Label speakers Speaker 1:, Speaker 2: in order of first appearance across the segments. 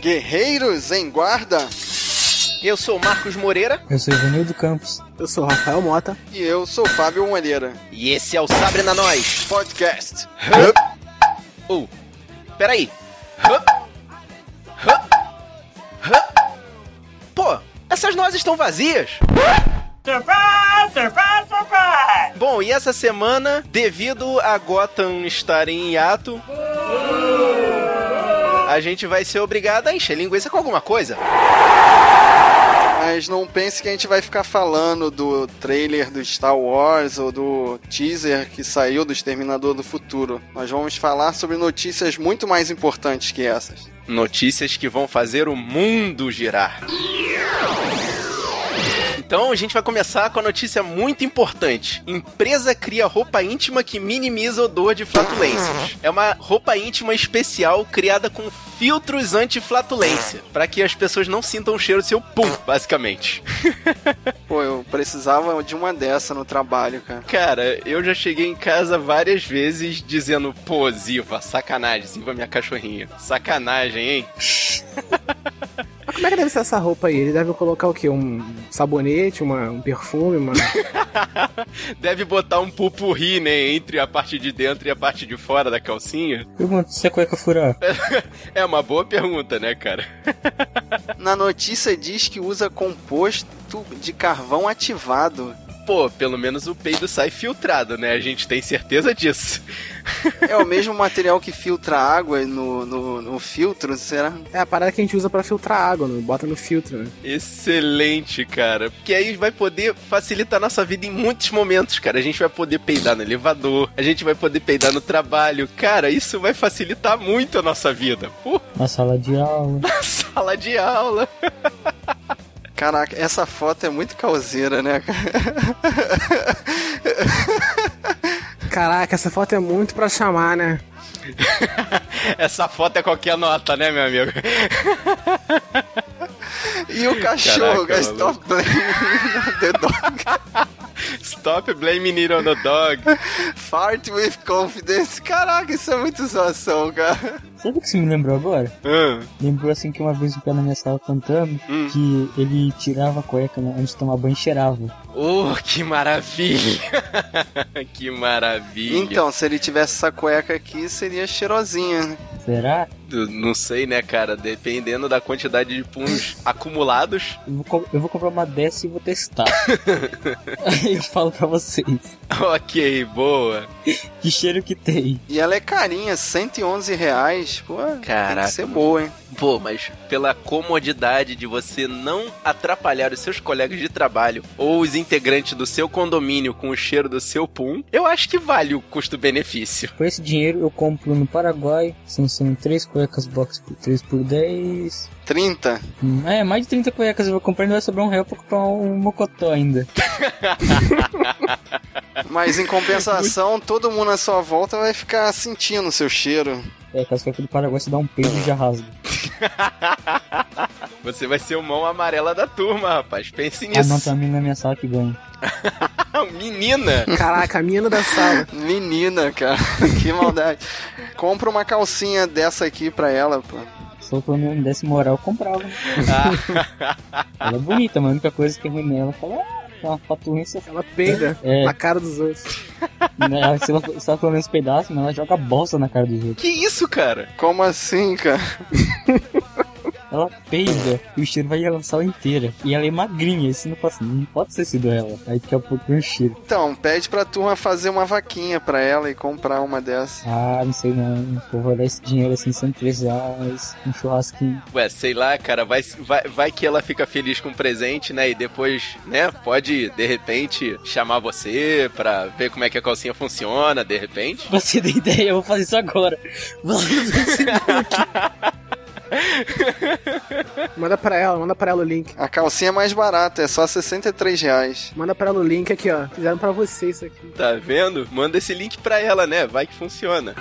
Speaker 1: Guerreiros em Guarda.
Speaker 2: Eu sou o Marcos Moreira.
Speaker 3: Eu sou Ivanildo Campos.
Speaker 4: Eu sou o Rafael Mota.
Speaker 1: E eu sou o Fábio Moreira.
Speaker 2: E esse é o Sabre na Nós
Speaker 1: Podcast.
Speaker 2: Hup. Oh, peraí. Hup. Hup. Hup. Pô, essas nozes estão vazias.
Speaker 5: Surprise! Surprise! Surprise!
Speaker 2: Bom, e essa semana, devido a Gotham estar em hiato, a gente vai ser obrigado a encher linguiça com alguma coisa.
Speaker 1: Mas não pense que a gente vai ficar falando do trailer do Star Wars ou do teaser que saiu do Exterminador do Futuro. Nós vamos falar sobre notícias muito mais importantes que essas.
Speaker 2: Notícias que vão fazer o mundo girar. Então a gente vai começar com a notícia muito importante. Empresa cria roupa íntima que minimiza odor de flatulências. É uma roupa íntima especial criada com filtros anti-flatulência, para que as pessoas não sintam o cheiro do seu pum, basicamente.
Speaker 1: Pô, eu precisava de uma dessa no trabalho, cara.
Speaker 2: Cara, eu já cheguei em casa várias vezes dizendo, pô, Ziva, sacanagem, Ziva minha cachorrinha. Sacanagem, hein?
Speaker 4: Mas como é que deve ser essa roupa aí? Ele deve colocar o quê? Um sabonete, uma, um perfume, uma...
Speaker 2: Deve botar um pupurri, né, entre a parte de dentro e a parte de fora da calcinha.
Speaker 3: Pergunta se a cueca furar.
Speaker 2: É uma boa pergunta, né, cara?
Speaker 1: Na notícia diz que usa composto de carvão ativado.
Speaker 2: Pô, pelo menos o peido sai filtrado, né? A gente tem certeza disso.
Speaker 1: É o mesmo material que filtra água no, no, no filtro, será?
Speaker 4: É a parada que a gente usa pra filtrar água, né? bota no filtro, né?
Speaker 2: Excelente, cara. Porque aí vai poder facilitar nossa vida em muitos momentos, cara. A gente vai poder peidar no elevador, a gente vai poder peidar no trabalho. Cara, isso vai facilitar muito a nossa vida. Pô,
Speaker 3: Na sala de aula.
Speaker 2: na sala de aula.
Speaker 1: Caraca, essa foto é muito causeira, né, cara?
Speaker 4: Caraca, essa foto é muito pra chamar, né?
Speaker 2: Essa foto é qualquer nota, né, meu amigo?
Speaker 1: E o cachorro,
Speaker 2: Caraca,
Speaker 1: guys, stop playing the dog.
Speaker 2: Stop blaming it on the dog.
Speaker 1: Fart with confidence. Caraca, isso é muito zoação, cara.
Speaker 3: Sabe o que você me lembrou agora?
Speaker 2: Hum.
Speaker 3: Lembrou assim que uma vez o cara na minha sala cantando que ele tirava a cueca né, antes de tomar banho e cheirava.
Speaker 2: Oh, que maravilha! que maravilha!
Speaker 1: Então, se ele tivesse essa cueca aqui, seria cheirosinha. né?
Speaker 3: Será?
Speaker 2: Eu não sei, né, cara? Dependendo da quantidade de puns acumulados.
Speaker 3: Eu vou, co- eu vou comprar uma dessa e vou testar. Aí eu falo pra vocês.
Speaker 2: Ok, boa.
Speaker 3: Que cheiro que tem.
Speaker 1: E ela é carinha, 111 reais. Pô, tem
Speaker 2: Caraca.
Speaker 1: que ser boa, hein?
Speaker 2: Pô, mas pela comodidade de você não atrapalhar os seus colegas de trabalho ou os integrantes do seu condomínio com o cheiro do seu pum, eu acho que vale o custo-benefício.
Speaker 3: Por esse dinheiro eu compro no Paraguai. São, são três cuecas box por 3 por 10.
Speaker 1: 30.
Speaker 3: Hum, É, mais de 30 cuecas eu vou comprar e não vai sobrar um real pra comprar um mocotó ainda.
Speaker 1: Mas em compensação, todo mundo à sua volta vai ficar sentindo o seu cheiro.
Speaker 3: É, caso cueca do Paraguai você dá um peso e já rasga.
Speaker 2: Você vai ser o mão amarela da turma, rapaz. Pense
Speaker 3: Ah, não,
Speaker 2: nisso. Ah,
Speaker 3: tem uma menina na minha sala que ganha.
Speaker 2: Menina!
Speaker 4: Caraca, a mina da sala.
Speaker 1: Menina, cara, que maldade. Compra uma calcinha dessa aqui pra ela, pô.
Speaker 3: Se eu pelo menos desse moral, eu comprava.
Speaker 2: Ah,
Speaker 3: Ela é bonita, mas a única coisa que é ruim nela, ela fala, ah, tem uma fatulência.
Speaker 4: Ela peida
Speaker 3: É,
Speaker 4: na cara dos outros.
Speaker 3: né, ela- se ela, se ela pelo menos pedaço, mas ela joga bosta na cara do jeito.
Speaker 2: que isso, cara?
Speaker 1: Como assim, cara?
Speaker 3: Ela peida e o cheiro vai ela sala inteira. E ela é magrinha, isso não pode, não pode ter sido ela. Aí daqui a pouco tem um cheiro.
Speaker 1: Então, pede pra turma fazer uma vaquinha pra ela e comprar uma dessa.
Speaker 3: Ah, não sei não, o povo vai dar esse dinheiro assim, 103 reais, um churrasquinho.
Speaker 2: Ué, sei lá, cara, vai, vai, vai que ela fica feliz com o presente, né? E depois, né, pode, de repente, chamar você pra ver como é que a calcinha funciona, de repente.
Speaker 3: Pra você ter ideia, eu vou fazer isso agora.
Speaker 4: Manda pra ela, manda pra ela o link.
Speaker 1: A calcinha é mais barata, é só R$ 63 reais.
Speaker 4: Manda pra ela o link aqui, ó. Fizeram pra você isso aqui.
Speaker 2: Tá vendo? Manda esse link pra ela, né? Vai que funciona.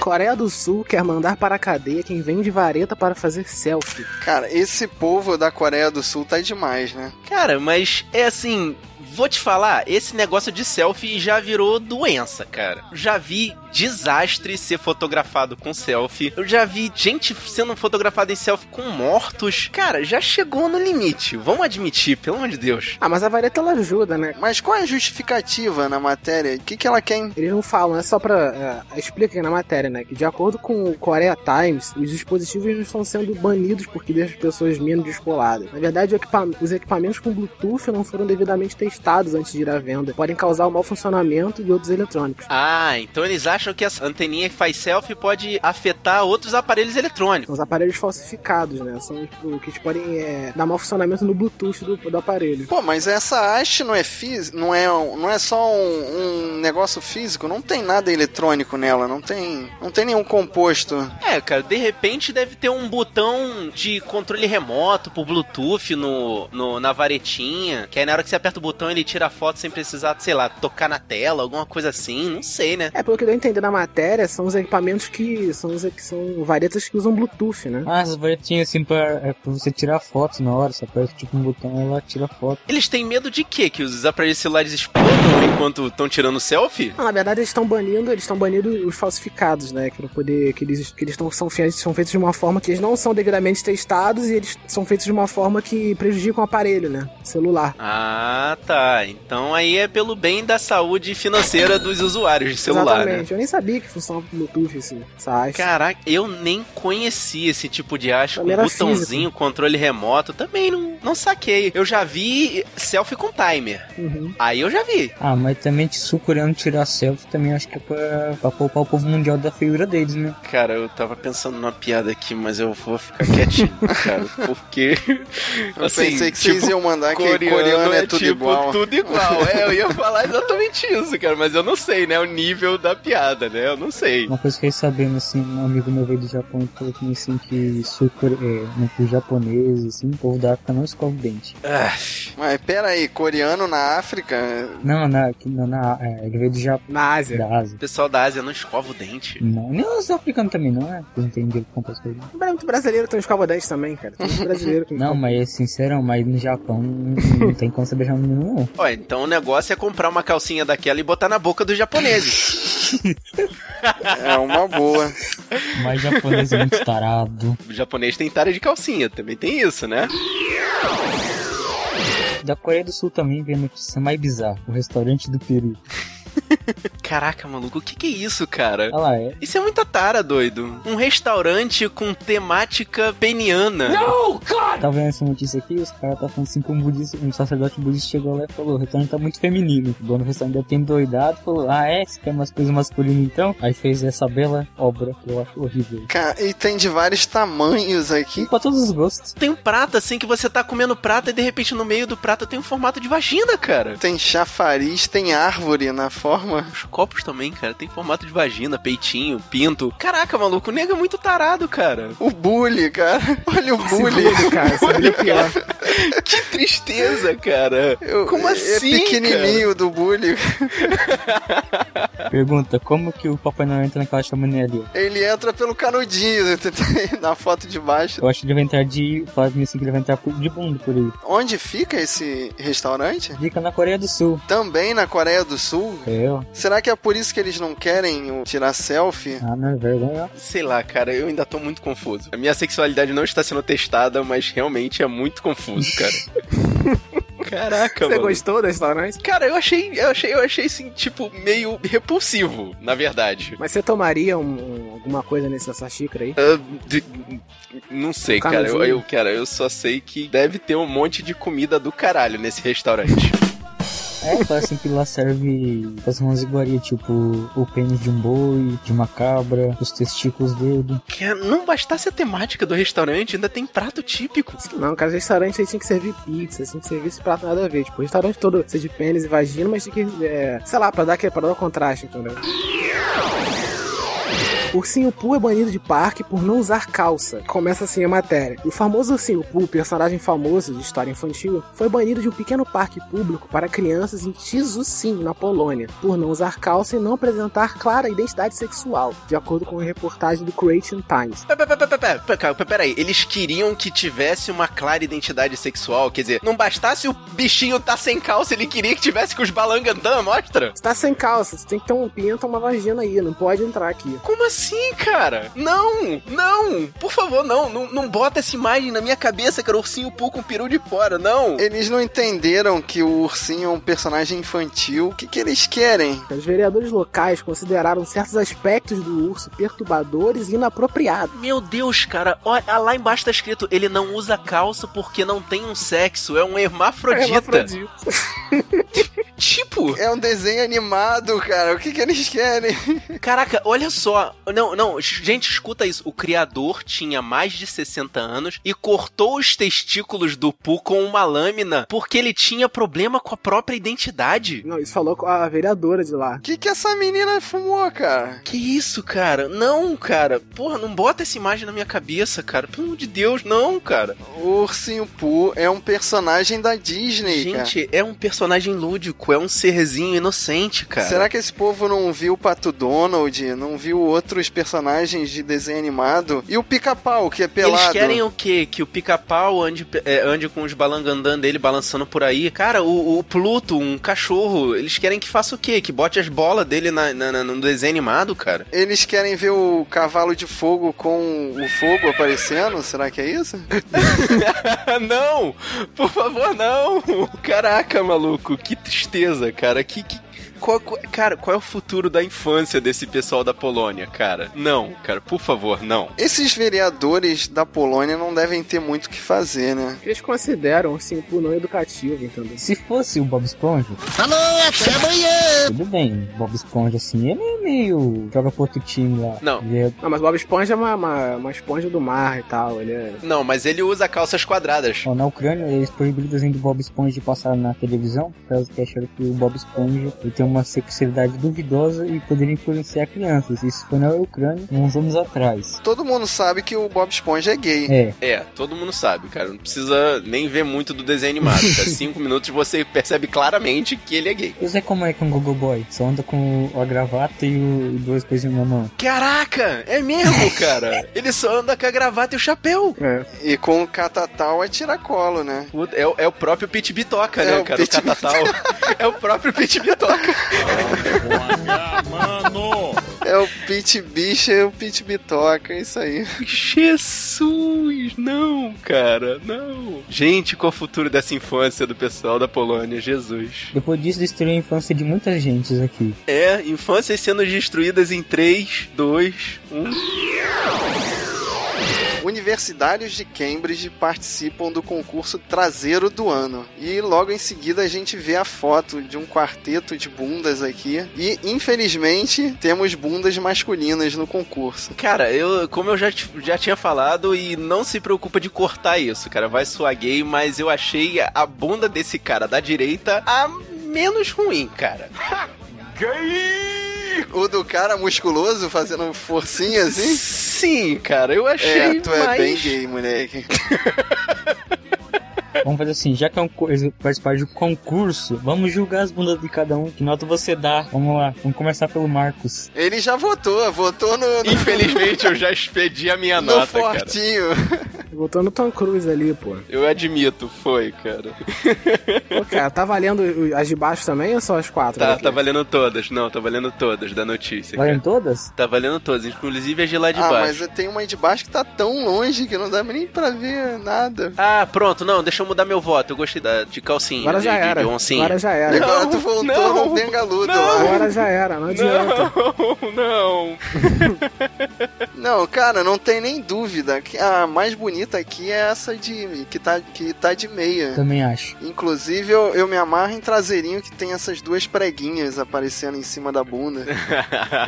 Speaker 4: Coreia do Sul quer mandar para a cadeia quem vende vareta para fazer selfie.
Speaker 1: Cara, esse povo da Coreia do Sul tá demais, né?
Speaker 2: Cara, mas é assim. Vou te falar, esse negócio de selfie já virou doença, cara. Já vi desastre ser fotografado com selfie. Eu já vi gente sendo fotografada em selfie com mortos. Cara, já chegou no limite. Vamos admitir, pelo amor de Deus.
Speaker 4: Ah, mas a vareta ela ajuda, né?
Speaker 1: Mas qual é a justificativa na matéria? O que, que ela quer?
Speaker 4: Eles não falam, é só pra. É, explica aqui na matéria, né? Que de acordo com o Korea Times, os dispositivos não estão sendo banidos porque deixam as pessoas menos descoladas. Na verdade, o equipa- os equipamentos com Bluetooth não foram devidamente testados antes de ir à venda. Podem causar o mau funcionamento de outros eletrônicos.
Speaker 2: Ah, então eles acham que essa anteninha que faz selfie pode afetar outros aparelhos eletrônicos.
Speaker 4: São os aparelhos falsificados, né? São tipo, que eles podem é, dar mau funcionamento no Bluetooth do, do aparelho.
Speaker 1: Pô, mas essa haste não é fis... não é um- não é só um, um negócio físico, não tem nada eletrônico nela, não tem não tem nenhum composto.
Speaker 2: É, cara, de repente deve ter um botão de controle remoto por Bluetooth no, no- na varetinha. Que aí na hora que você aperta o botão ele tira a foto sem precisar, sei lá, tocar na tela, alguma coisa assim. Não sei, né?
Speaker 4: É, pelo que eu entendi na matéria, são os equipamentos que são, os, que são varetas que usam Bluetooth, né?
Speaker 3: Ah, essas varetinhas assim pra, é, pra você tirar foto na hora, você aperta tipo um botão ela tira foto.
Speaker 2: Eles têm medo de quê? Que os aparelhos celulares explodam enquanto estão tirando selfie?
Speaker 4: Ah, na verdade, eles estão banindo, eles estão banindo os falsificados, né? Que não poder, que eles, que eles tão, são, feitos, são feitos de uma forma que eles não são devidamente testados e eles são feitos de uma forma que prejudica o aparelho, né? Celular.
Speaker 2: Ah, tá. Então aí é pelo bem da saúde financeira dos usuários de celular, né?
Speaker 4: Exatamente. Eu nem sabia que funcionava com Bluetooth assim, esse, essa haste.
Speaker 2: Caraca, eu nem conheci esse tipo de haste com
Speaker 4: Também era
Speaker 2: botãozinho, controle remoto. Também não, não saquei. Eu já vi selfie com timer.
Speaker 4: Uhum.
Speaker 2: Aí eu já vi.
Speaker 3: Ah, mas também te sul-coreano tirar selfie também acho que é pra, pra poupar o povo mundial da feiura deles, né?
Speaker 2: Cara, eu tava pensando numa piada aqui, mas eu vou ficar quietinho, cara. Porque. assim,
Speaker 1: Eu pensei que vocês iam mandar que Assim, tipo, coreano, é, tudo
Speaker 2: tipo,
Speaker 1: igual.
Speaker 2: Tudo igual. É, eu ia falar exatamente isso, cara. Mas eu não sei, né? O nível da piada, né? Eu não sei.
Speaker 3: Uma coisa que eu fiquei sabendo, assim, um amigo meu veio do Japão e falou que assim, que sul-core- é, né, que os japoneses, assim, o povo da África não escova o dente.
Speaker 2: Ah,
Speaker 1: Mas pera aí, coreano na África?
Speaker 3: Não, na, que- na, na é, ele veio do Japão,
Speaker 4: Na Ásia.
Speaker 3: da Ásia.
Speaker 2: o pessoal da Ásia não escova o dente.
Speaker 3: Não, nem os africanos também, não é? Eu entendi como as coisas.
Speaker 4: Muito brasileiro tem um escova-dente também, cara. Tem muito brasileiro que
Speaker 3: Não, mas é sincerão, mas no Japão não, não tem como você beijar um menino, não.
Speaker 2: Ó, então o negócio é comprar uma calcinha daquela e botar na boca dos japoneses.
Speaker 1: É uma boa.
Speaker 3: Mas japonês é muito tarado.
Speaker 2: o japonês tem tara de calcinha, também tem isso, né?
Speaker 3: Da Coreia do Sul também vem a notícia mais bizarra: o restaurante do Peru.
Speaker 2: Caraca, maluco, o que que é isso, cara?
Speaker 3: Olha lá, é.
Speaker 2: Isso é muita tara, doido. Um restaurante com temática peniana. Não!
Speaker 3: Tá vendo essa notícia aqui? Os caras tá falando assim que um, budista, um sacerdote budista chegou lá e falou: o restaurante tá muito feminino. O dono do restaurante deve ter endoidado. Falou: ah, é? Você quer umas coisas masculinas então? Aí fez essa bela obra que eu acho horrível.
Speaker 1: Cara, e tem de vários tamanhos
Speaker 3: E
Speaker 1: aqui.
Speaker 3: pra todos os gostos.
Speaker 2: Tem um prato assim que você tá comendo prato e de repente no meio do prato tem um formato de vagina, cara.
Speaker 1: Tem chafariz, tem árvore na forma.
Speaker 2: Os copos também, cara, tem formato de vagina, peitinho, pinto. Caraca, maluco, o nego é muito tarado, cara.
Speaker 1: O bully, cara. Olha o
Speaker 4: Esse
Speaker 1: bully.
Speaker 4: bullying, cara, esse bullying é pior.
Speaker 2: Que é tristeza, cara.
Speaker 1: Eu-
Speaker 2: Como assim,
Speaker 1: É pequenininho do bully.
Speaker 3: Pergunta: como que o Papai Noel entra naquela chaminé ali?
Speaker 1: Ele entra pelo canudinho na foto de baixo.
Speaker 3: Eu acho que ele vai entrar de. Falaram assim que ele vai entrar por- de bunda por aí.
Speaker 1: Onde fica esse restaurante?
Speaker 3: Fica na Coreia do Sul.
Speaker 1: Também na Coreia do Sul?
Speaker 3: É, ó.
Speaker 1: Será que é por isso que eles não querem o- tirar selfie?
Speaker 3: Ah, não é vergonha.
Speaker 2: Sei lá, cara, eu ainda tô muito confuso. A minha sexualidade não está sendo testada, mas realmente é muito confuso, cara. Caraca,
Speaker 4: Você
Speaker 2: mano.
Speaker 4: gostou do restaurante?
Speaker 2: Cara, eu achei, eu achei, eu achei assim, tipo, meio repulsivo, na verdade.
Speaker 4: Mas você tomaria um- um- alguma coisa nesse- nessa xícara aí?
Speaker 2: Ah, de- não sei, cara. Eu,
Speaker 4: Canudinho.
Speaker 2: eu- cara. eu só sei que deve ter um monte de comida do caralho nesse restaurante.
Speaker 3: É, fala assim que lá serve faz umas iguarias, tipo o pênis de um boi, de uma cabra, os testículos dele.
Speaker 2: Cara, não bastasse a temática do restaurante, ainda tem prato típico.
Speaker 4: Não, cara, restaurante aí tinha que servir pizza, tinha que servir esse prato nada a ver. Tipo, restaurante todo seja de pênis e vagina, mas tinha que, é, sei lá, pra dar, aquele- pra dar o contraste, entendeu? Ursinho Poo é banido de parque por não usar calça. Começa assim a matéria. O famoso Ursinho Poo, personagem famoso de história infantil, foi banido de um pequeno parque público para crianças em Tizucin, na Polônia, por não usar calça e não apresentar clara identidade sexual, de acordo com a reportagem do Croatian Times.
Speaker 2: Pe- pe- pe- pe- pe- pe- cara, pe- Peraí, eles queriam que tivesse uma clara identidade sexual, quer dizer, não bastasse o bichinho tá sem calça, ele queria que tivesse com os balangandã, mostra?
Speaker 4: Você tá sem calça, você tem que ter um pinto ou uma vagina aí, não pode entrar aqui.
Speaker 2: Como assim, cara? Não, não, por favor, não, não, não bota essa imagem na minha cabeça, cara, ursinho poo com peru de fora, não.
Speaker 1: Eles não entenderam que o ursinho é um personagem infantil. O que, que eles querem?
Speaker 4: Os vereadores locais consideraram certos aspectos do urso perturbadores e inapropriados.
Speaker 2: Meu Deus, cara, ó, ah, lá embaixo tá escrito, ele não usa calça porque não tem um sexo, é um hermafrodita.
Speaker 4: Hermafrodita.
Speaker 2: Tipo,
Speaker 1: É um desenho animado, cara. O que, que eles querem?
Speaker 2: caraca, olha só. Não, não, gente, escuta isso. O criador tinha mais de 60 anos e cortou os testículos do Poo com uma lâmina porque ele tinha problema com a própria identidade.
Speaker 4: Não, isso falou com a vereadora de lá.
Speaker 1: O que, que essa menina fumou, cara?
Speaker 2: Que isso, cara? Não, cara. Porra, não bota essa imagem na minha cabeça, cara. Pelo amor de Deus, não, cara.
Speaker 1: O ursinho Pooh é um personagem da Disney, cara.
Speaker 2: Gente, é um personagem lúdico, é um serzinho inocente, cara.
Speaker 1: Será que esse povo não viu o Pato Donald, não viu outros personagens de desenho animado? E o pica-pau, que é pelado.
Speaker 2: Eles querem o quê? Que o pica-pau ande, é, ande com os balangandã dele balançando por aí. Cara, o, o Pluto, um cachorro, eles querem que faça o quê? Que bote as bolas dele na, na- na- no desenho animado, cara?
Speaker 1: Eles querem ver o cavalo de fogo com o fogo aparecendo? Será que é isso?
Speaker 2: não! Por favor, não! Caraca, maluco, que tristeza, cara. Que. que- qual- qual- cara, qual é o futuro da infância desse pessoal da Polônia, cara? Não, cara, por favor, não.
Speaker 1: Esses vereadores da Polônia não devem ter muito o que fazer, né?
Speaker 4: Eles consideram assim, por não educativo, entendeu?
Speaker 3: Se fosse o Bob Esponja. Tudo bem, Bob Esponja assim, ele é meio. joga pro outro time lá.
Speaker 2: Não.
Speaker 3: Ele é-
Speaker 4: Ah, mas Bob Esponja é uma, uma, uma esponja do mar e tal, ele é...
Speaker 2: Não, mas ele usa calças quadradas.
Speaker 3: ó, na Ucrânia, eles proibiram o desenho do Bob Esponja de passar na televisão, por causa que acharam que o Bob Esponja ele tem uma sexualidade duvidosa e poderia influenciar crianças. Isso foi na Ucrânia uns anos atrás.
Speaker 1: Todo mundo sabe que o Bob Esponja é gay.
Speaker 3: É,
Speaker 2: É, todo mundo sabe, cara. Não precisa nem ver muito do desenho animado. Tá? Cinco minutos você percebe claramente que ele é gay.
Speaker 3: eu sei como é com o Gogo Boy. Só anda com a gravata e o, duas coisinhas na mão.
Speaker 2: Caraca, é mesmo, cara. Ele só anda com a gravata e o chapéu.
Speaker 4: É,
Speaker 1: E com o catatal é tiracolo, né?
Speaker 2: Puta, É, o- é o próprio Pit Bitoca,
Speaker 1: É
Speaker 2: né,
Speaker 1: o
Speaker 2: cara? O
Speaker 1: Pit
Speaker 2: catatal. É o próprio Pit Bitoca.
Speaker 5: mano!
Speaker 1: É o Pit Bicha e o Pit Bitoca, é isso aí.
Speaker 2: Jesus, não, cara, não. Gente, qual o futuro dessa infância do pessoal da Polônia? Jesus.
Speaker 3: Depois disso, destruiu a infância de muita gente aqui.
Speaker 2: É, infâncias sendo destruídas em um. 3, 2, 1.
Speaker 1: Universitários de Cambridge participam do concurso traseiro do ano. E logo em seguida a gente vê a foto de um quarteto de bundas aqui. E infelizmente temos bundas masculinas no concurso.
Speaker 2: Cara, eu, como eu já, te- já tinha falado, e não se preocupa de cortar isso, cara. Vai soar gay, mas eu achei a bunda desse cara da direita a menos ruim, cara.
Speaker 1: O do cara musculoso fazendo forcinha assim.
Speaker 2: Sim, cara, eu achei
Speaker 1: É, tu é
Speaker 2: mais...
Speaker 1: bem gay, moleque.
Speaker 3: Vamos fazer assim, já que é um co- eles participaram de um concurso, vamos julgar as bundas de cada um. Que nota você dá? Vamos lá, vamos começar pelo Marcos.
Speaker 1: Ele já votou, votou no, no,
Speaker 2: Infelizmente, eu já expedi a minha
Speaker 1: no
Speaker 2: nota, cara. É
Speaker 1: fortinho.
Speaker 4: voltando no Tom Cruise ali, pô.
Speaker 2: Eu admito, foi, cara.
Speaker 4: Ô, cara, tá valendo o- as de baixo também ou só as quatro?
Speaker 2: Tá,
Speaker 4: daqui?
Speaker 2: tá valendo todas. Não, tá valendo todas da notícia,
Speaker 3: Valem
Speaker 2: cara.
Speaker 3: todas?
Speaker 2: Tá valendo todas, inclusive as de lá de
Speaker 1: Ah,
Speaker 2: baixo.
Speaker 1: mas tem uma aí de baixo que tá tão longe que não dá nem pra ver nada.
Speaker 2: Ah, pronto, não, deixa eu mudar meu voto. Eu gostei da, de calcinha,
Speaker 4: Agora
Speaker 2: de,
Speaker 4: já
Speaker 2: de- de
Speaker 4: era.
Speaker 2: oncinha.
Speaker 4: Agora já era.
Speaker 1: Agora tu voltou
Speaker 2: não,
Speaker 1: no Bengaludo
Speaker 2: não.
Speaker 1: lá.
Speaker 4: Agora já era, não adianta.
Speaker 2: Não, não.
Speaker 1: Não, cara, não tem nem dúvida. que A mais bonita aqui é essa de que tá, que tá de meia.
Speaker 3: Também acho.
Speaker 1: Inclusive, eu, eu me amarro em traseirinho que tem essas duas preguinhas aparecendo em cima da bunda.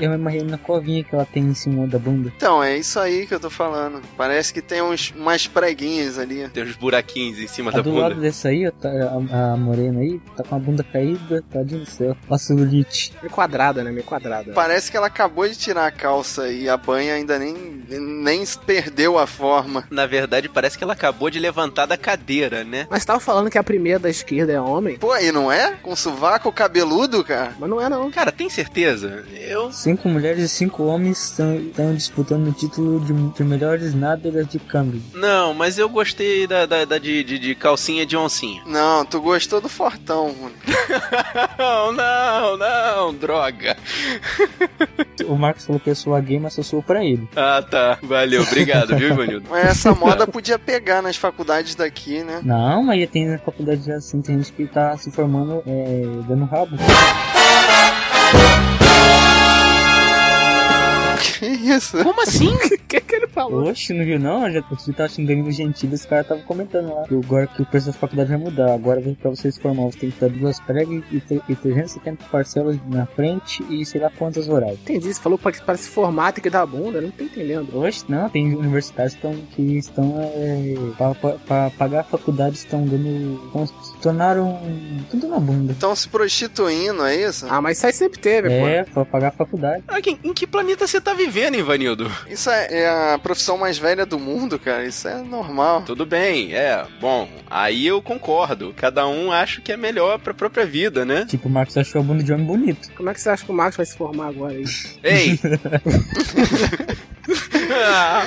Speaker 3: Eu me amarrei na covinha que ela tem em cima da bunda.
Speaker 1: Então, é isso aí que eu tô falando. Parece que tem uns, umas preguinhas ali.
Speaker 2: Tem uns buraquinhos em cima
Speaker 3: A
Speaker 2: da
Speaker 3: Tá do
Speaker 2: bunda.
Speaker 3: lado dessa aí, ó, tá- a, a morena aí, tá com a bunda caída, tá do céu. Ó, celulite.
Speaker 4: Meio quadrada, né? Meio quadrada.
Speaker 1: Parece que ela acabou de tirar a calça e a banha ainda nem, nem perdeu a forma.
Speaker 2: Na verdade, parece que ela acabou de levantar da cadeira, né?
Speaker 4: Mas tava falando que a primeira da esquerda é homem?
Speaker 1: Pô, e não é? Com sovaco cabeludo, cara?
Speaker 4: Mas não é, não.
Speaker 2: Cara, tem certeza? Eu.
Speaker 3: Cinco mulheres e cinco homens estão disputando o título de, de melhores nádegas de Cambridge.
Speaker 2: Não, mas eu gostei da, da, da de, de, de calcinha de oncinha.
Speaker 1: Não, tu gostou do fortão, mano.
Speaker 2: Não, não, não, droga.
Speaker 3: O Marcos falou que eu sou a gay, mas eu sou pra ele.
Speaker 2: Ah, tá. Valeu, obrigado, viu, Ivanildo?
Speaker 1: Mas essa moda podia pegar nas faculdades daqui, né?
Speaker 3: Não, mas tem na faculdade já assim, tem gente que tá se formando é, dando rabo.
Speaker 1: Que isso?
Speaker 2: Como assim?
Speaker 4: O que que ele falou?
Speaker 3: Oxe, não viu não? Eu Já tá eu tava achando Danilo Gentili, esse cara tava comentando lá. Que agora que o preço da faculdade vai mudar. Agora vem pra vocês formar, você tem que dar duas pregas e, tre- e 370 parcelas na frente e sei lá quantas horários.
Speaker 4: Entendi, você falou pra, pra se formar tem que dar a bunda, não tô entendendo.
Speaker 3: Hoje não, tem universidades que estão- que estão é, para pagar a faculdade estão dando. estão- se tornaram tudo na bunda.
Speaker 1: Estão Então, se prostituindo, é isso?
Speaker 4: Ah, mas isso aí sempre teve, pô.
Speaker 3: É, pra pagar a faculdade.
Speaker 2: Ah, que- Em que planeta você tá vivendo, Ivanildo?
Speaker 1: Isso é, é a profissão mais velha do mundo, cara. Isso é normal.
Speaker 2: Tudo bem, é. Bom, aí eu concordo. Cada um acha que é melhor pra própria vida, né?
Speaker 3: Tipo, o Marcos achou a bunda de homem bonito.
Speaker 4: Como é que você acha que o Marcos vai se formar agora aí?
Speaker 2: Ei! Ah,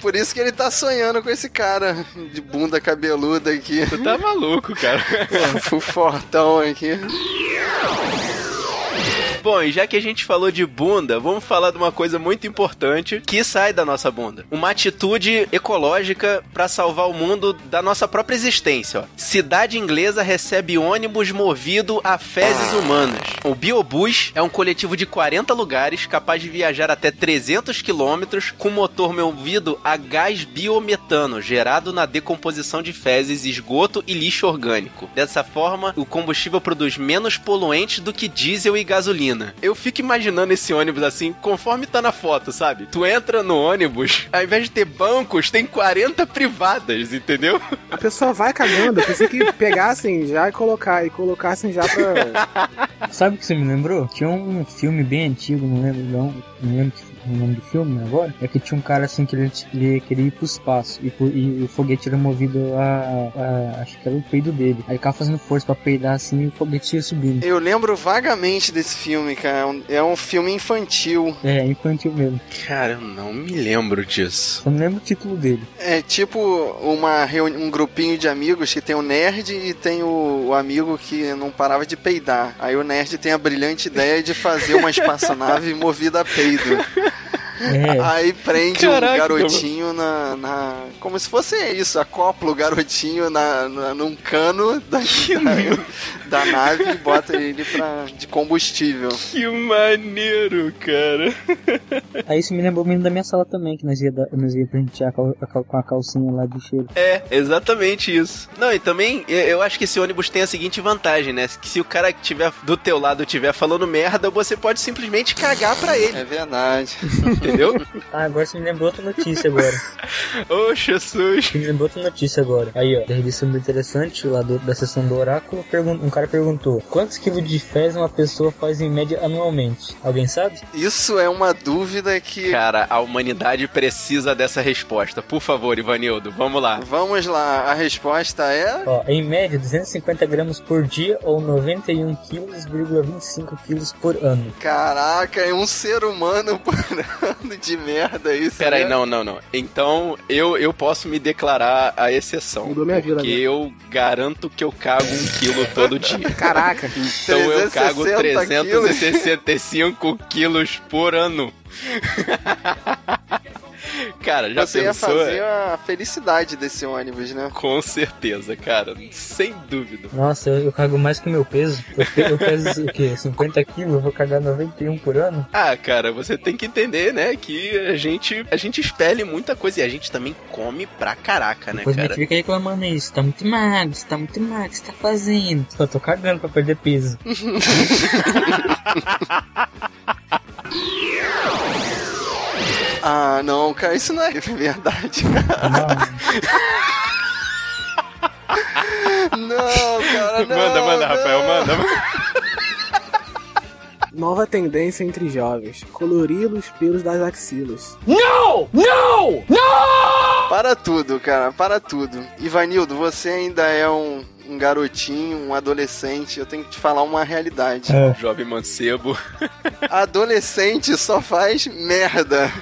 Speaker 1: Por isso que ele tá sonhando com esse cara de bunda cabeluda aqui.
Speaker 2: tu tá maluco, cara.
Speaker 1: o fortão aqui.
Speaker 2: Bom, e já que a gente falou de bunda, vamos falar de uma coisa muito importante que sai da nossa bunda. Uma atitude ecológica pra salvar o mundo da nossa própria existência, ó. Cidade inglesa recebe ônibus movido a fezes humanas. O Biobus é um coletivo de 40 lugares capaz de viajar até 300 quilômetros com motor movido a gás biometano gerado na decomposição de fezes, esgoto e lixo orgânico. Dessa forma, o combustível produz menos poluentes do que diesel e gasolina. Eu fico imaginando esse ônibus assim, conforme tá na foto, sabe? Tu entra no ônibus, ao invés de ter bancos, tem 40 privadas, entendeu?
Speaker 4: A pessoa vai cagando, eu pensei que pegassem já e colocar, e colocassem já pra.
Speaker 3: Sabe o que você me lembrou? Tinha um filme bem antigo, não lembro não, não lembro que- o nome do filme né, agora. É que tinha um cara assim que ele, ele queria ir pro espaço e, po- e o foguete era movido a, a- Acho que era o peido dele. Aí ele ficava fazendo força pra peidar assim e o foguete ia subindo.
Speaker 1: Eu lembro vagamente desse filme, cara. É um, é um filme infantil.
Speaker 3: É, infantil mesmo.
Speaker 2: Cara, eu não me lembro disso.
Speaker 3: Só não lembro o título dele.
Speaker 1: É tipo uma reuni- um grupinho de amigos que tem o nerd e tem o, o amigo que não parava de peidar. Aí o nerd tem a brilhante ideia de fazer uma espaçonave movida a peido.
Speaker 3: É.
Speaker 1: Aí prende
Speaker 2: Caraca,
Speaker 1: um garotinho na, na- Como se fosse isso, acopla o garotinho na, na- num cano da, da, da nave e bota ele pra, de combustível.
Speaker 2: Que maneiro, cara.
Speaker 3: Aí isso me lembrou o menino da minha sala também, que nós ia, dar, nós ia printear a cal- a cal- com a calcinha lá de cheiro.
Speaker 2: É, exatamente isso. Não, e também eu- eu acho que esse ônibus tem a seguinte vantagem, né? Que se o cara que tiver do teu lado tiver falando merda, você pode simplesmente cagar pra ele,
Speaker 1: É verdade.
Speaker 2: entendeu?
Speaker 3: Ah, agora você me lembrou outra notícia agora.
Speaker 2: Ô, Jesus.
Speaker 3: Você me lembrou outra notícia agora. Aí, ó, da revista muito interessante, lá do- da sessão do oráculo, pergun- um cara perguntou quantos quilos de fezes uma pessoa faz em média anualmente? Alguém sabe?
Speaker 1: Isso é uma dúvida que.
Speaker 2: Cara, a humanidade precisa dessa resposta. Por favor, Ivanildo, vamos lá.
Speaker 1: Vamos lá, a resposta é.
Speaker 3: Ó, em média 250 gramas por dia ou 91 quilos, 25 quilos por ano.
Speaker 1: Caraca, é um ser humano parando de merda isso.
Speaker 2: Peraí,
Speaker 1: né?
Speaker 2: não, não, não. Então, eu, eu posso me declarar a exceção.
Speaker 4: Mudou minha vida
Speaker 2: Porque
Speaker 4: agora.
Speaker 2: eu garanto que eu cago um quilo todo dia.
Speaker 4: Caraca,
Speaker 2: Então eu cago
Speaker 1: 360 quilos.
Speaker 2: 365 quilos por ano. Cara, já
Speaker 1: Você ia
Speaker 2: pensou?
Speaker 1: fazer a felicidade desse ônibus, né?
Speaker 2: Com certeza, cara. Sem dúvida.
Speaker 3: Nossa, eu, eu cago mais que o meu peso. Eu, pe- eu peso o quê? 50 quilos? Eu vou cagar 91 por ano?
Speaker 2: Ah, cara, você tem que entender, né, que a gente, a gente espelha muita coisa e a gente também come pra caraca, né,
Speaker 3: Depois a
Speaker 2: cara?
Speaker 3: gente fica reclamando aí. Você tá muito magro, você tá muito magro, o que você tá fazendo? Só tô cagando pra perder peso.
Speaker 1: Ah, não, cara, isso não é verdade, cara.
Speaker 3: É. Não,
Speaker 1: Não, cara, não.
Speaker 2: manda, manda, Rafael,
Speaker 1: não.
Speaker 2: manda, manda.
Speaker 4: Nova tendência entre jovens: colorir os pelos das axilas.
Speaker 1: Para tudo, cara, para tudo. Ivanildo, você ainda é um, um garotinho, um adolescente. Eu tenho que te falar uma realidade.
Speaker 3: É.
Speaker 2: Jovem mancebo.
Speaker 1: Adolescente só faz merda.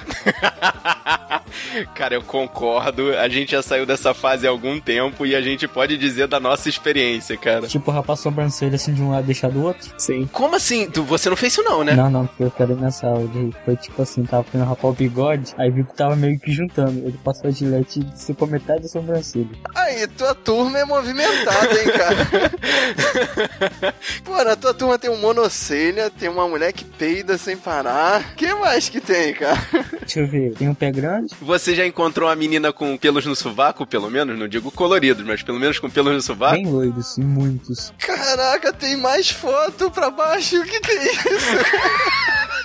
Speaker 2: Cara, eu concordo. A gente já saiu dessa fase há algum tempo e a gente pode dizer da nossa experiência, cara.
Speaker 3: tipo, rapar a sobrancelha assim de um lado e deixar do outro.
Speaker 4: Sim.
Speaker 2: Como assim? Tu, você não fez isso não, né?
Speaker 3: Não, não, porque eu quero nessa aula. Ele foi tipo assim, tava querendo rapar o bigode, aí viu que tava meio que juntando. Ele passou a gilete e secou metade da sobrancelha.
Speaker 1: Aí, tua turma é movimentada, hein, cara? Pô, na tua turma tem um monocelha, tem uma mulher que peida sem parar. que mais que tem, cara?
Speaker 3: Deixa eu ver, tem um pé grande?
Speaker 2: Você já encontrou uma menina com pelos no sovaco, pelo menos? Não digo coloridos, mas pelo menos com pelos no sovaco?
Speaker 3: Bem loiros, e muitos.
Speaker 1: Caraca, tem mais foto pra baixo que tem isso.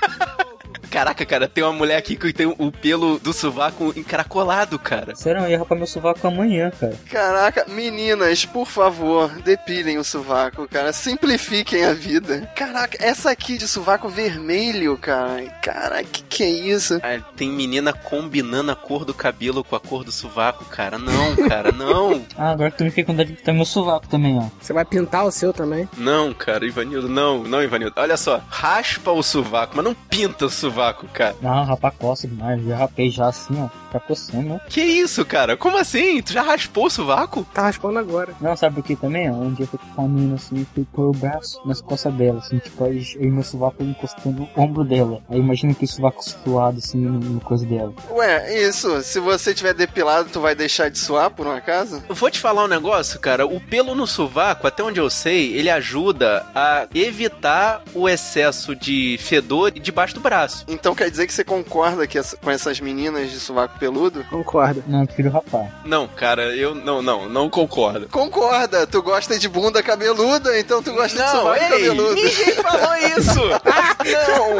Speaker 2: Caraca, cara, tem uma mulher aqui que tem o pelo do sovaco encaracolado, cara.
Speaker 3: Sério, eu ia rapar meu sovaco amanhã, cara.
Speaker 1: Caraca, meninas, por favor, depilem o sovaco, cara. Simplifiquem a vida. Caraca, essa aqui de sovaco vermelho, cara. Cara, que que é isso?
Speaker 2: Ah, tem menina combinando a cor do cabelo com a cor do sovaco, cara. Não, cara, não.
Speaker 3: Ah, agora que tu me fica com vontade de pintar meu sovaco também, ó.
Speaker 4: Você vai pintar o seu também?
Speaker 2: Não, cara, Ivanildo, não, não, Ivanildo. Olha só, raspa o sovaco, mas não pinta o sovaco, cara.
Speaker 3: Não, rapar coça demais, já rapei já assim, ó. Tá coçando, né?
Speaker 2: Que isso, cara? Como assim? Tu já raspou o sovaco?
Speaker 4: Tá raspando agora.
Speaker 3: Não, sabe o que também? ó? Um dia eu fui com uma menina assim, fui pôr o braço nas costas dela, assim, tipo, aí eu e meu sovaco encostando no ombro dela. Aí imagina que o sovaco suado, assim, no, no coisa dela.
Speaker 1: Ué, isso, se você tiver depilado, tu vai deixar de suar por um acaso?
Speaker 2: Eu Vou te falar um negócio, cara. O pelo no sovaco, até onde eu sei, ele ajuda a evitar o excesso de fedor debaixo do braço.
Speaker 1: Então quer dizer que você concorda que essa- com essas meninas de sovaco peludo?
Speaker 4: Concorda.
Speaker 3: Não, eu prefiro rapar.
Speaker 2: Não, cara, eu não, não, não concordo.
Speaker 1: Concorda, tu gosta de bunda cabeluda, então tu gosta de sovaco cabeludo.
Speaker 2: ninguém falou isso! ah, não!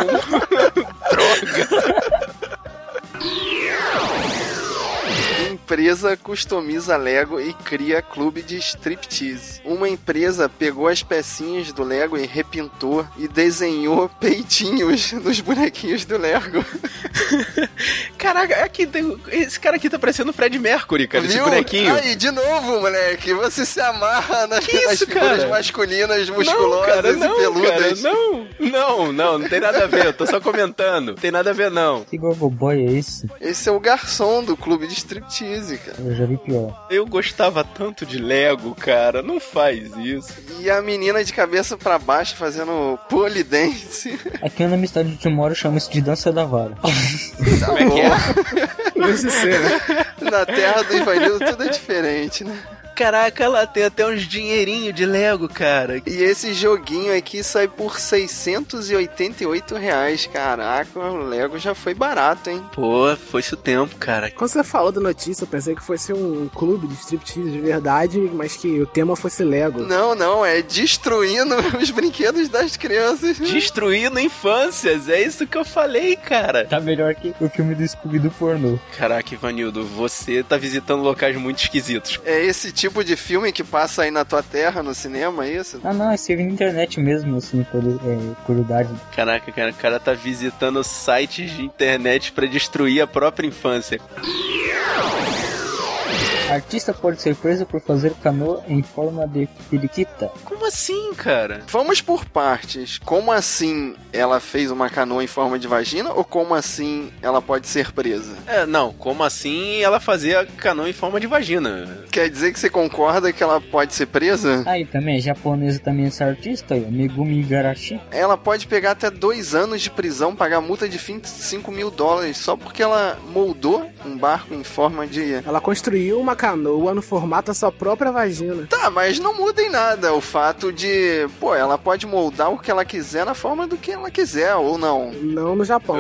Speaker 1: Empresa customiza Lego e cria clube de striptease. Uma empresa pegou as pecinhas do Lego e repintou e desenhou peitinhos nos bonequinhos do Lego.
Speaker 2: Caraca, aqui tem- esse cara aqui tá parecendo o Fred Mercury, cara, esse
Speaker 1: Viu?
Speaker 2: bonequinho.
Speaker 1: Aí, de novo, moleque, você se amarra nas,
Speaker 2: Que isso,
Speaker 1: nas figuras
Speaker 2: cara?
Speaker 1: masculinas,
Speaker 2: Não,
Speaker 1: musculosas
Speaker 2: cara,
Speaker 1: e
Speaker 2: não,
Speaker 1: peludas.
Speaker 2: cara, não, não, não, não tem nada a ver, eu tô só comentando, não tem nada a ver não.
Speaker 3: Que gorgoboy é esse?
Speaker 1: Esse é o garçom do clube de striptease, cara.
Speaker 3: Eu já vi pior.
Speaker 2: Eu gostava tanto de Lego, cara, não faz isso.
Speaker 1: E a menina de cabeça pra baixo fazendo polidense.
Speaker 3: Aqui na minha cidade onde eu moro chama isso de dança da vara.
Speaker 2: Como é que é?
Speaker 4: Deve ser, né?
Speaker 1: é? Na terra do Ivanildo tudo é diferente, né?
Speaker 2: Caraca, ela tem até uns dinheirinhos de Lego, cara.
Speaker 1: E esse joguinho aqui sai por 688 reais. Caraca, o Lego já foi barato, hein?
Speaker 2: Pô, foi isso o tempo, cara.
Speaker 4: Quando você falou da notícia, eu pensei que fosse um clube de striptease de verdade, mas que o tema fosse Lego.
Speaker 1: Não, não, é destruindo os brinquedos das crianças.
Speaker 2: Destruindo infâncias, é isso que eu falei, cara.
Speaker 3: Tá melhor que o filme do Scooby do pornô.
Speaker 2: Caraca, Ivanildo, você tá visitando locais muito esquisitos.
Speaker 1: É esse tipo de filme que passa aí na tua terra, no cinema, é isso?
Speaker 3: Ah não, esse é na internet mesmo, assim, por é, curiosidade.
Speaker 2: Caraca, cara, o cara tá visitando sites de internet pra destruir a própria infância.
Speaker 3: Artista pode ser preso por fazer canoa em forma de periquita.
Speaker 2: Como assim, cara?
Speaker 1: Vamos por partes. Como assim ela fez uma canoa em forma de vagina ou como assim ela pode ser presa?
Speaker 2: É, não, como assim ela fazia canoa em forma de vagina?
Speaker 1: Quer dizer que você concorda que ela pode ser presa?
Speaker 3: Aí Ah, também, é japonesa também essa artista, aí, ó, Megumi Igarashi.
Speaker 1: Ela pode pegar até dois anos de prisão, pagar multa de 25 mil dólares só porque ela moldou um barco em forma de.
Speaker 4: Ela construiu uma canoa no formato da sua própria vagina.
Speaker 1: Tá, mas não muda em nada o fato de. Pô, ela pode moldar o que ela quiser na forma do que ela quiser, ou não.
Speaker 4: Não no Japão.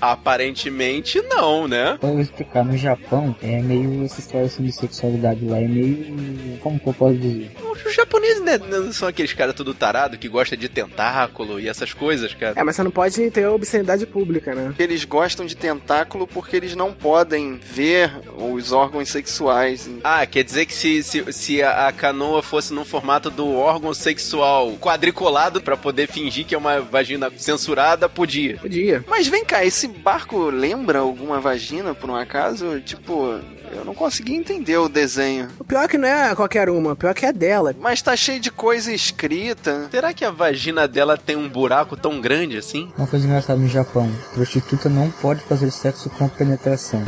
Speaker 2: Ah, aparentemente não, né?
Speaker 3: Pra eu explicar, no Japão é meio essa história assim, de sexualidade lá, é meio. Como que eu posso dizer?
Speaker 2: Os japoneses né, não são aqueles caras tudo tarado que gosta de tentáculo e essas coisas, cara.
Speaker 4: É, mas você não pode ter obscenidade pública, né?
Speaker 1: Eles gostam de tentáculo porque eles não podem ver os órgãos sexuais.
Speaker 2: Ah, quer dizer que se, se, se a a canoa fosse num formato do órgão sexual quadriculado pra poder fingir que é uma vagina censurada, podia.
Speaker 4: Podia.
Speaker 1: Mas vem cá, esse barco lembra alguma vagina por um acaso? Tipo, eu não consegui entender o desenho.
Speaker 4: O pior é que não é qualquer uma, o pior é que é dela.
Speaker 1: Mas tá cheio de coisa escrita.
Speaker 2: Será que a vagina dela tem um buraco tão grande assim?
Speaker 3: Uma coisa engraçada no Japão, prostituta não pode fazer sexo com penetração.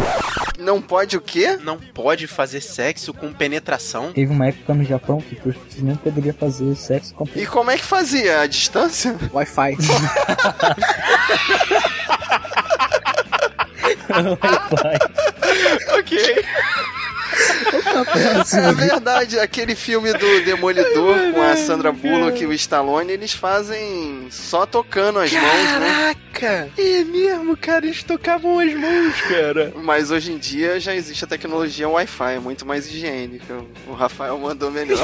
Speaker 1: Não pode o quê?
Speaker 2: Não pode fazer sexo com penetração?
Speaker 3: Teve uma época no Japão que prostituta não poderia fazer sexo com
Speaker 1: E como é que fazia? A distância?
Speaker 4: Wi-Fi.
Speaker 3: penetração.
Speaker 2: ok.
Speaker 1: É verdade, aquele filme do Demolidor com a Sandra Bullock e o Stallone, eles fazem só tocando as mãos, né?
Speaker 2: Caraca! É mesmo, cara, eles tocavam as mãos, cara.
Speaker 1: Mas hoje em dia já existe a tecnologia Wi-Fi, é muito mais higiênica. O Rafael mandou melhor.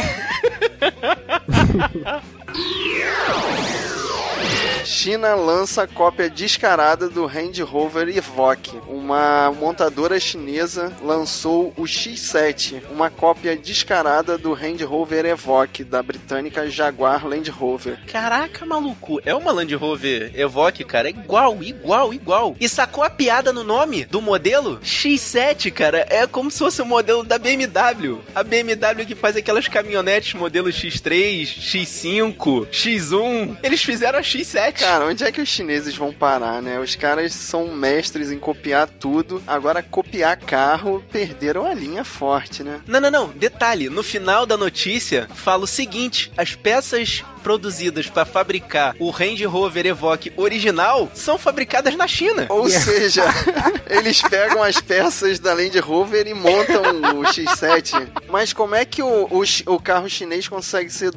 Speaker 1: China lança cópia descarada do Land Rover Evoque. Uma montadora chinesa lançou o X7, uma cópia descarada do Land Rover Evoque da britânica Jaguar Land Rover.
Speaker 2: Caraca, maluco, é uma Land Rover Evoque, cara, é igual, igual, igual. E sacou a piada no nome do modelo? X7, cara, é como se fosse o modelo da BMW. A BMW que faz aquelas caminhonetes modelo X3, X5, X1. Eles fizeram a X7.
Speaker 1: Cara, onde é que os chineses vão parar, né? Os caras são mestres em copiar tudo. Agora, copiar carro, perderam a linha forte, né?
Speaker 2: Não, não, não. Detalhe, no final da notícia fala o seguinte: as peças produzidas para fabricar o Range Rover Evoque original são fabricadas na China.
Speaker 1: Ou seja, eles pegam as peças da Land Rover e montam o X7. Mas como é que o, o chi- o carro chinês consegue ser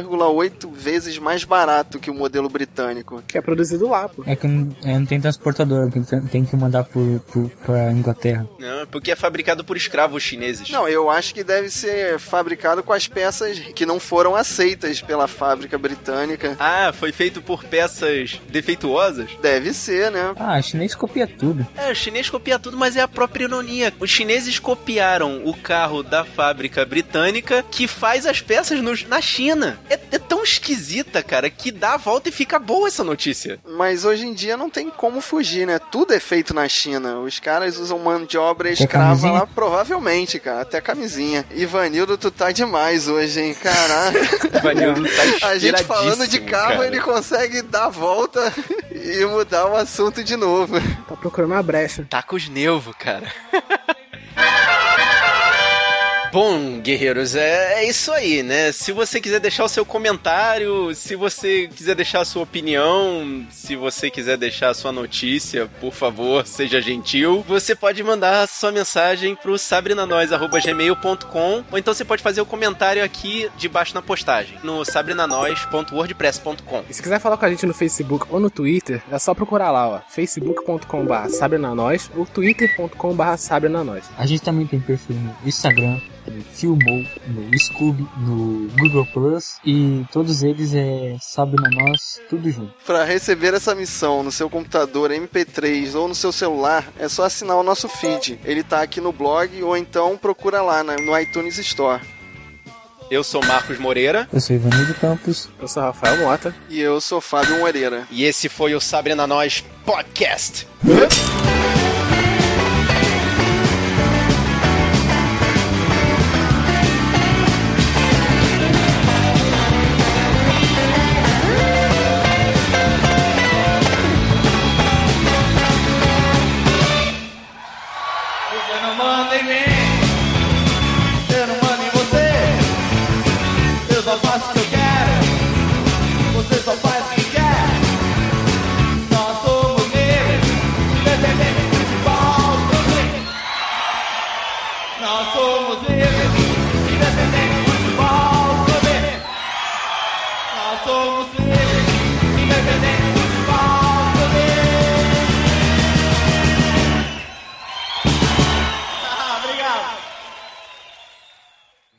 Speaker 1: 2,8 vezes mais barato que o modelo britânico?
Speaker 4: que é produzido lá, pô.
Speaker 3: É que não, é, não tem transportadora, tem, que- tem que mandar pro, pro, pra Inglaterra.
Speaker 2: Não, porque é fabricado por escravos chineses.
Speaker 1: Não, eu acho que deve ser fabricado com as peças que não foram aceitas pela fábrica britânica.
Speaker 2: Ah, foi feito por peças defeituosas?
Speaker 1: Deve ser, né?
Speaker 3: Ah, chinês copia tudo.
Speaker 2: É, o chinês copia tudo, mas é a própria ironia. Os chineses copiaram o carro da fábrica britânica que faz as peças nos- na China. É, é tão esquisita, cara, que dá a volta e fica boa essa notícia.
Speaker 1: Mas hoje em dia não tem como fugir, né? Tudo é feito na China. Os caras usam mão de obra
Speaker 3: Até
Speaker 1: escrava
Speaker 3: camisinha?
Speaker 1: lá, provavelmente, cara. Até camisinha. Ivanildo, tu tá demais hoje, hein? Caraca.
Speaker 2: Ivanildo tá
Speaker 1: A gente falando de
Speaker 2: inspiradíssimo,
Speaker 1: carro,
Speaker 2: cara.
Speaker 1: ele consegue dar a volta e mudar o assunto de novo.
Speaker 4: Tá procurando uma brecha.
Speaker 2: Tá com os nervos, cara. Bom, guerreiros, é, é isso aí, né? Se você quiser deixar o seu comentário, se você quiser deixar a sua opinião, se você quiser deixar a sua notícia, por favor, seja gentil. Você pode mandar a sua mensagem pro sabrinanois.gmail.com ou então você pode fazer o comentário aqui debaixo na postagem, no sabrinanois.wordpress.com.
Speaker 4: E se quiser falar com a gente no Facebook ou no Twitter, é só procurar lá, ó. facebook.com.br sabrenanós ou twitter.com.br sabrenanós.
Speaker 3: A gente também tem perfil no Instagram, no Filmou, no Scoob, no Google Plus e todos eles é Sabe na Nós, tudo junto.
Speaker 1: Para receber essa missão no seu computador MP3 ou no seu celular, é só assinar o nosso feed. Ele tá aqui no blog ou então procura lá na- no iTunes Store.
Speaker 2: Eu sou Marcos Moreira
Speaker 3: Eu sou Ivanildo Campos.
Speaker 4: Eu sou Rafael Mota.
Speaker 1: E eu sou Fábio Moreira.
Speaker 2: e esse foi o Sabrina Nós Podcast.
Speaker 6: Tendo manda em mim, tendo manda em você. Eu só faço o que eu quero, você só faz o que quer. Nós somos livres, dependente principal também. Nós somos livres, independente futebol também. Nós somos livres, independente futebol também. Ah, obrigado.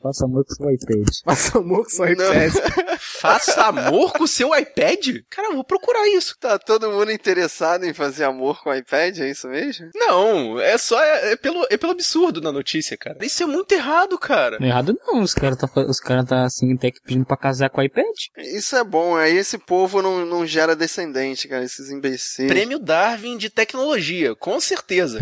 Speaker 3: Faça amor com seu iPad.
Speaker 4: Passa amor que só
Speaker 1: Não.
Speaker 4: repete.
Speaker 2: Faça amor com o seu iPad? Cara, eu vou procurar isso.
Speaker 1: Tá todo mundo interessado em fazer amor com o iPad, é isso mesmo?
Speaker 2: Não, é só é, é pelo, é pelo absurdo na notícia, cara. Isso é muito errado, cara.
Speaker 3: Não é errado não, os caras tá, fa- os cara tá assim, até que pedindo pra casar com o iPad.
Speaker 1: Isso é bom, aí esse povo não, não gera descendente, cara, esses imbecis.
Speaker 2: Prêmio Darwin de tecnologia, com certeza.